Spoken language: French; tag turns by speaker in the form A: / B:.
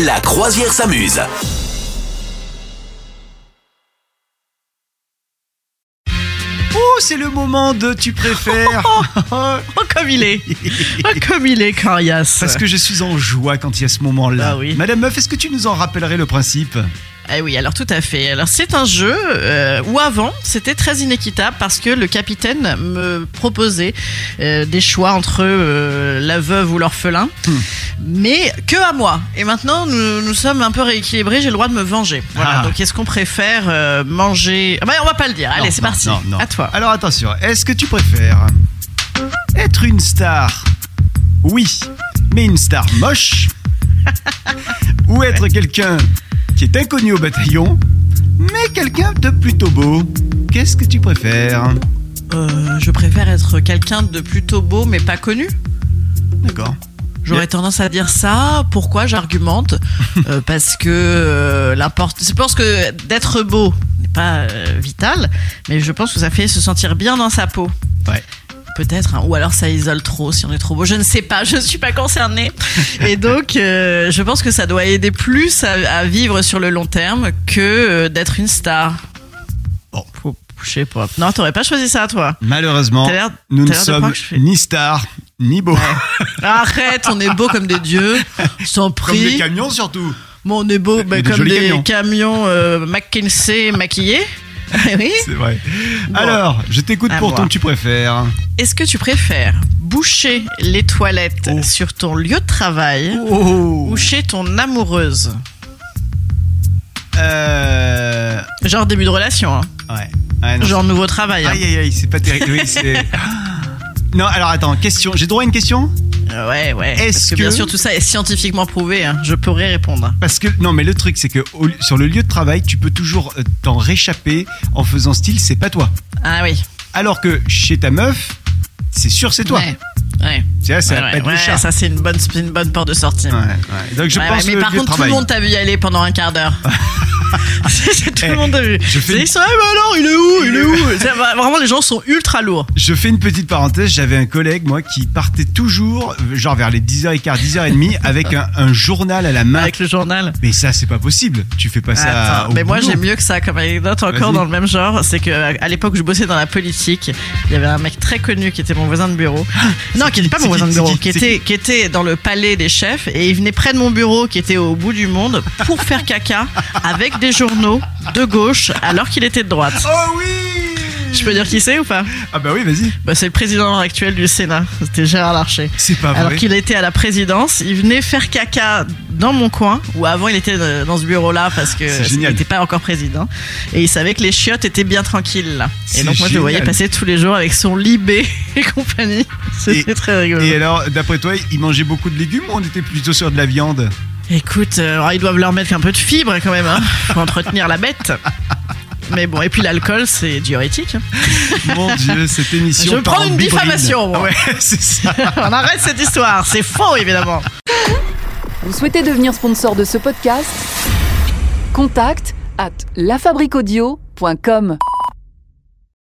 A: La croisière s'amuse.
B: Oh, c'est le moment de tu préfères.
C: Oh, comme il est Oh, comme il est coriace
B: Parce que je suis en joie quand il y a ce moment-là.
C: Ah oui.
B: Madame Meuf, est-ce que tu nous en rappellerais le principe
C: Eh oui, alors tout à fait. Alors c'est un jeu euh, où avant, c'était très inéquitable parce que le capitaine me proposait euh, des choix entre euh, la veuve ou l'orphelin,
B: Hmm.
C: mais que à moi. Et maintenant, nous, nous sommes un peu rééquilibrés, j'ai le droit de me venger. Voilà,
B: Ah.
C: donc est-ce qu'on préfère euh, manger... Ah bah, on va pas le dire, allez,
B: Non,
C: c'est
B: non,
C: parti,
B: non, non.
C: à toi.
B: Alors attention, est-ce que tu préfères être une star Oui, mais une star moche. Ou être quelqu'un qui est inconnu au bataillon, mais quelqu'un de plutôt beau. Qu'est-ce que tu préfères
C: Euh, je préfère être quelqu'un de plutôt beau mais pas connu.
B: D'accord.
C: J'aurais tendance à dire ça. Pourquoi j'argumente Euh, Parce que euh, l'importe- Je pense que d'être beau n'est pas euh, vital, mais je pense que ça fait se sentir bien dans sa peau.
B: Ouais.
C: Peut-être, hein. ou alors ça isole trop si on est trop beau. Je ne sais pas, je ne suis pas concernée. Et donc, euh, je pense que ça doit aider plus à, à vivre sur le long terme que euh, d'être une star.
B: Bon.
C: Faut- Je sais pas. Non, t'aurais pas choisi ça, toi.
B: Malheureusement,
C: T'as l'air-
B: nous
C: t'as
B: ne
C: l'air de croire
B: sommes
C: que je suis-
B: ni star ni beau.
C: Arrête, on est beau comme des dieux, sans
B: Comme
C: prix.
B: des camions surtout.
C: Bon, on est beau,
B: Il y
C: bah,
B: a des
C: comme
B: jolis
C: des
B: camions. Ah
C: camions, euh, McKinsey maquillés. Eh oui.
B: C'est vrai.
C: Bon.
B: Alors, je t'écoute
C: À
B: pour ton
C: moi.
B: tu préfères.
C: Est-ce que tu préfères boucher les toilettes
B: Oh.
C: sur ton lieu de travail
B: Oh
C: ou chez ton amoureuse
B: euh...
C: Genre début de relation, hein.
B: Ouais. Ouais, non. Ah,
C: genre nouveau travail. hein.
B: Aïe aïe aïe, c'est pas terrible. Oui, c'est- non, alors attends, question. J'ai droit à une question
C: Euh, ouais, ouais.
B: Est-ce
C: Parce que,
B: que-
C: bien sûr tout ça est scientifiquement prouvé, hein. je pourrais répondre.
B: Parce que non, mais le truc c'est que au- sur le lieu de travail, tu peux toujours euh, t'en réchapper en faisant style c'est pas toi.
C: Ah oui.
B: Alors que chez ta meuf, c'est sûr c'est toi.
C: Ouais. Ouais.
B: Tu vois, ça
C: Ouais,
B: va
C: ouais,
B: pas être le
C: ouais,
B: chat.
C: ça c'est une bonne, c'est une bonne porte de sortie.
B: Ouais, ouais. Donc je
C: Ouais,
B: pense
C: ouais, mais
B: le
C: par
B: lieu de
C: contre, tout le
B: travail.
C: monde t'a vu y aller pendant un quart d'heure. tout
B: Eh,
C: le monde t'a vu.
B: je fais
C: C'est-
B: une-
C: c'est- Ah, bah alors, il est où Il est où Ça va, Vraiment, les gens sont ultra lourds.
B: Je fais une petite parenthèse, j'avais un collègue, moi, qui partait toujours, euh, genre vers les 10h15, 10h30, avec un, un journal à la main.
C: Avec le journal.
B: Mais ça, c'est pas possible. Tu fais pas Ah. ça.
C: Attends,
B: au
C: mais moi
B: boulot.
C: j'ai mieux que ça comme anecdote encore
B: Vas-y.
C: dans le même genre, c'est que à l'époque où je bossais dans la politique, il y avait un mec très connu qui était mon voisin de bureau. non, qui
B: qui,
C: n'était pas
B: Ah, c'est
C: mon voisin
B: qui,
C: de
B: c'est
C: bureau,
B: qui,
C: qui
B: c'est
C: était qui était dans le palais des chefs et il venait près de mon bureau qui était au bout du monde pour faire caca avec des journaux de gauche alors qu'il était de droite.
B: Oh oui
C: Je peux dire qui c'est ou pas
B: Ah bah oui, vas-y.
C: Bah, c'est le président actuel du Sénat, c'était Gérard Larcher.
B: C'est pas
C: Alors
B: vrai.
C: qu'il était à la présidence, il venait faire caca dans mon coin, ou avant il était euh, dans ce bureau-là parce que
B: C'est
C: il
B: génial.
C: n'était pas encore président, et il savait que les chiottes étaient bien tranquilles là.
B: C'est
C: Et donc moi je le voyais
B: génial.
C: passer tous les jours avec son libé et compagnie. C'était très rigolo.
B: Et alors, d'après toi, il mangeait beaucoup de légumes ou on était plutôt sur de la viande
C: Écoute, euh, alors, ils doivent leur mettre un peu de fibre quand même, hein, pour entretenir la bête. Mais bon, et puis l'alcool, c'est diurétique.
B: Mon Dieu, cette émission.
C: Je vais
B: part
C: prendre
B: en
C: une
B: bibride.
C: diffamation, moi.
B: Ouais, c'est ça.
C: On arrête cette histoire, c'est faux évidemment.
D: Vous souhaitez devenir sponsor de ce podcast Contact à lafabriquaudio.com.